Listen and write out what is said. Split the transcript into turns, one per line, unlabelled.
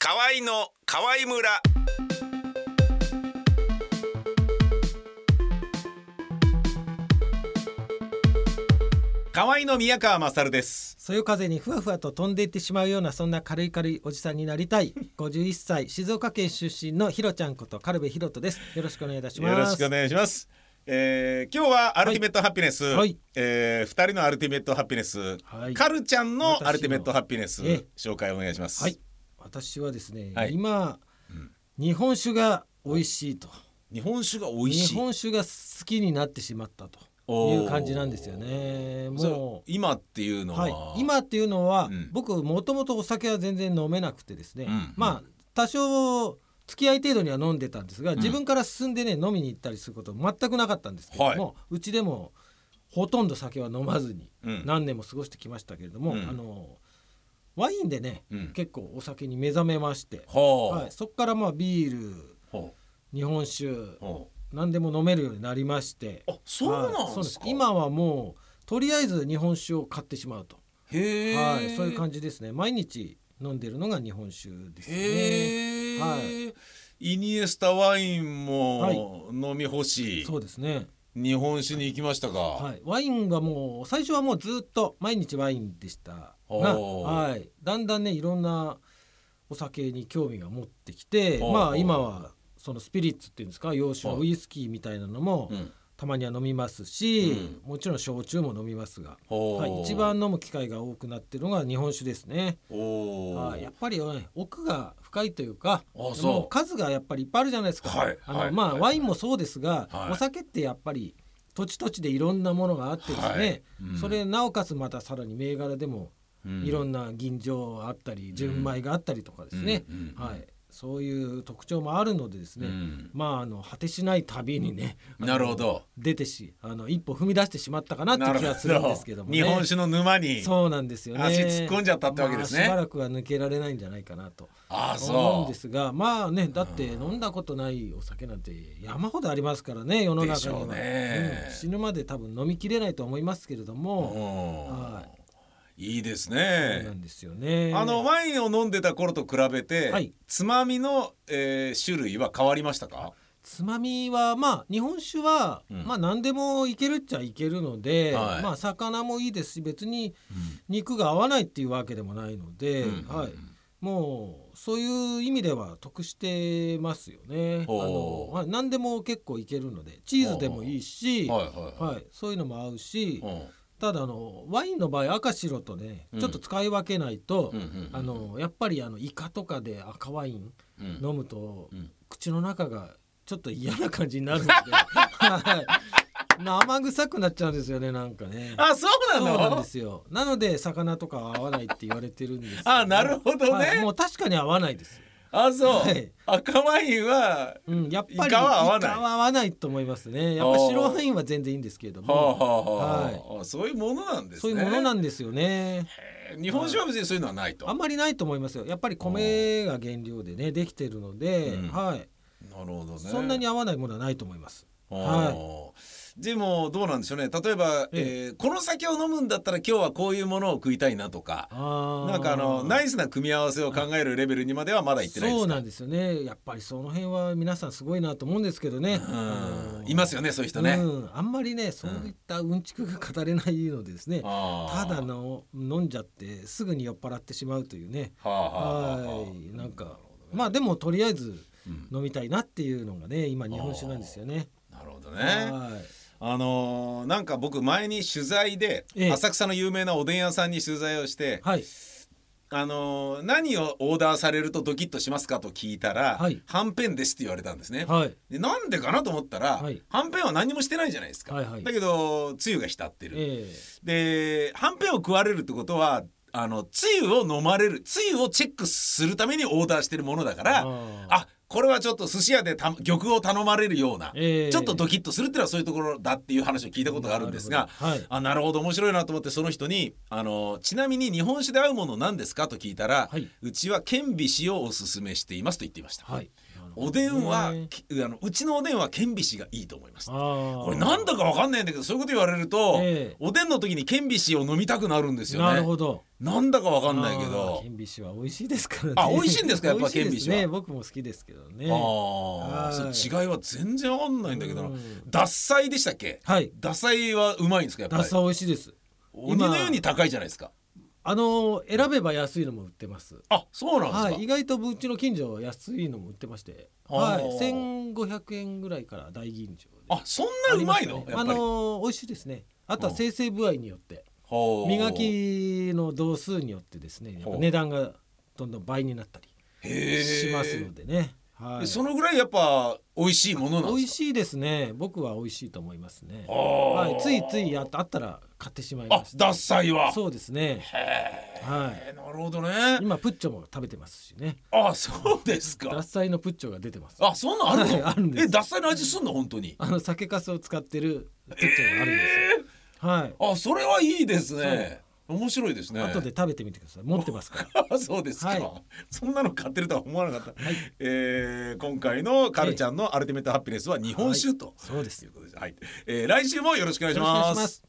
河合の河合村河合の宮川勝です
そよ風にふわふわと飛んでいってしまうようなそんな軽い軽いおじさんになりたい51歳静岡県出身のひろちゃんこと軽部ひろとですよろしくお願いいたします
よろしくお願いしますえー、今日はアルティメットハッピネス、
はいはい
えー、2人のアルティメットハッピネス、
はい
カルちゃん
私
の
の
アルティメットハッピネス
ええ
紹介お願いします、
はい私はですね、
はい
今、日本酒が美味しいと
日本酒が美味し
日
い
本酒が好きになってしまったという感じなんですよね
それ
もう
今っていうのは、
はい、今っていうのは、
うん
僕もともとお酒は全然飲めなくてですね、
うんうん
まあ多少付き合い程度には飲んでたんですが自分から進んでね飲みに行ったりすること全くなかったんですけれども、うちでもほとんど酒は飲まずに
うん
何年も過ごしてきましたけれども、
うん
あのワインでね、
うん
結構お酒に目覚めまして、
ほう、
はい、そこからまあビール
ほ
日本酒
うほ
何でも飲めるようになりまして
うあそうなん
はい
で
ですす
か、
今はもうとりあえず日本酒を買ってしまうと、
へえ、
はい、そういう感じですね毎日飲んでるのが日本酒ですね
へえ、
は
イニエスタワイン
はい
も飲み干し、
そうですね、
日本酒に行きましたか、
はい、ワインがもう最初はもうずっと毎日ワインでしたが、
おー
はい、だんだんねいろんなお酒に興味が持ってきて
おー
まあ今はそのスピリッツっていうんですか洋酒の
は
ウ
い
イスキーみたいなのも
うん
たまには飲みますし、
う
もちろん焼酎も飲みますが、
ほう
はい、一番飲む機会が多くなってるのが日本酒ですね。
おー
はい、やっぱり、ね、奥が深いというか
あそう
もう数がやっぱりいっぱいあるじゃないですか、
はい
あの
はい
まあ
はい
ワインもそうですが、
はい
お酒ってやっぱり土地土地でいろんなものがあってですね、
はいうん
それなおかつまたさらに銘柄でも
うん
いろんな吟醸あったり純米があったりとかですね、
うんうん
はい、そういう特徴もあるのでですね、
うん
まああの果てしない旅にね
なるほど
出てしあの一歩踏み出してしまったかなって気がするんですけども、ね、
なるほ日本酒の沼に
そうなんですよね。
足突っ込んじゃったってわけですね
まあしばらくは抜けられないんじゃないかなと
ああ
思う
そ
んで
う
すが、まあね、だって飲んだことないお酒なんて山ほどありますからね、世の中に
でしょ
は。
うね
うん死ぬまで多分飲みきれないと思いますけれども、
うん
はい
いいです
そうな
ね
んですよね。
あのワインを飲んでた頃と比べて、
はい
つまみの、えー、種類は変わりましたか
つまみはまあ日本酒は、
うん
まあ何でもいけるっちゃいけるので、
はい
まあ魚もいいですし、別に肉が合わないっていうわけでもないので、
うん
はい。もうそういう意味では得してますよね。あ
ほ
の
う
はい何でも結構いけるのでチーズでもいいし、
はいはい
はいそういうのも合うし、
うん
ただあのワインの場合赤白とね
うん
ちょっと使い分けないと、
うんうんうん
あのやっぱりあのイカとかで赤ワイン
うん
飲むと、
うん
口の中がちょっと嫌な感じにな るので、はい、生臭くなっちゃうんですよねなんかね。
あそう
そう
なの
なんですよ。なので魚とかは合わないって言われてるんですけど。
あなるほどね
はいもう確かに合わないです。
あそう、
はい
赤ワインは
うん、やっぱり
イカは合わない
イカは合わないと思いますね。やっぱ白ワインは全然いいんですけれど
はあは
も、
あはあ、
は
あそういうものなんです
そ
ね
ういうものなんですよね。
えー日本酒は別にそういうのはないと
あんまりないと思いますよ。やっぱり米が原料でねできてるので、
うん
はい、
なるほどね
そんなに合わないものはないと思います。
は、
はい
でもどうなんでしょうね例えば、え
え
ーこの酒を飲むんだったら今日はこういうものを食いたいなとか
あー
なんかあのナイスな組み合わせを考えるレベルにまではまだいってないで
そ
す
う
か
なんですよね。やっぱりその辺は皆さんすごいなと思うんですけどね。あ
う
の
んいますよねそういう人ね、
うん、あんまりねそういったうんちくが語れないのでですね、
あ
た
ー
だの飲んじゃってすぐに酔っ払ってしまうというね
はあはあはあはあ
はいなんかまあでもとりあえず飲みたいなっていうのがね今日本酒なんですよね。
なるほどね
はい
あのーなんか僕前に取材で
ええ
浅草の有名なおでん屋さんに取材をして、
はい
あのー何をオーダーされるとドキッとしますかと聞いたら、
はい
はんぺんですって言われたんですね、
はい
でなんでかなと思ったら、
はい
はんぺんは何もしてないじゃないですか、
はいはい
だけどつゆが浸ってる、
え
ではんぺんを食われるってことはあのつゆを飲まれるつゆをチェックするためにオーダーしてるものだから
あー
あこれはちょっと寿司屋でた玉を頼まれるような、
ええ
ちょっとドキッとするっていうのはそういうところだっていう話を聞いたことがあるんですが
なるほどはい
あなるほど面白いなと思ってその人にあの「ちなみに日本酒で合うもの何ですか?」と聞いたら、
はいう
ちは顕微紙をおすすめしています」と言っていました。
はいなるほ
おでんは
ね
きあのうちのおでんは顕微視がいいと思いましたこ
こ
れなんだかわかんないんだけどそういうこと言われると、
ええ
おでんの時に顕微視を飲みたくなるんですよね
なるほど
なんだかわかんないけ
あー
ど
顕微視は美味しいですからね
あ美味しいんですかやっぱ
美味しいで
顕微
す
視は
ね僕も好きですけどね
ああ
はい
ーそう違いは全然わかんないんだけどな
うん
獺祭でしたっけ
はい
獺祭はうまいんですかやっぱ
ダ
り
ッサ美味しいです
鬼のように高いじゃないですか
あのー選べば安いのも売ってます
あそうなんですか、
はい、意外とうちの近所は安いのも売ってまして、
あー
はい、1500円ぐらいから大吟醸で
あそんなうまいの
あり
や
すねあ
っぱり、
のー美味しいですねあとは生成具合によって
ほう
磨きの度数によってですねやっぱ
ほう
値段がどんどん倍になったり
へー
しますのでね、はい、
そのぐらいやっぱ美味しいものなんで
美
す
味
か
しいですね僕は美味しいと思いますね
あ、
は、
はい
ついついああったら買ってしまい
あ
ました
獺祭は
そうですねは
え
い
ーなるほどね
今プッチョも食べてますしね
あそうですか
獺祭のプッチョが出てます
あそんなんあるの、
はいあるんです
え獺祭の味すんの本当に
あの酒粕を使ってるプッチョがあるんですよ、はい
あそれはいいですね面白いですね
後で食べてみてください持ってますから
あそうですか、
はい
そんなの買ってるとは思わなかった、えー今回のカルちゃんのアルティメットハッピネスは日本酒と、
そうです
ということではい、えー来週もよろしくお願いし
よろしくお願
ま
いしますす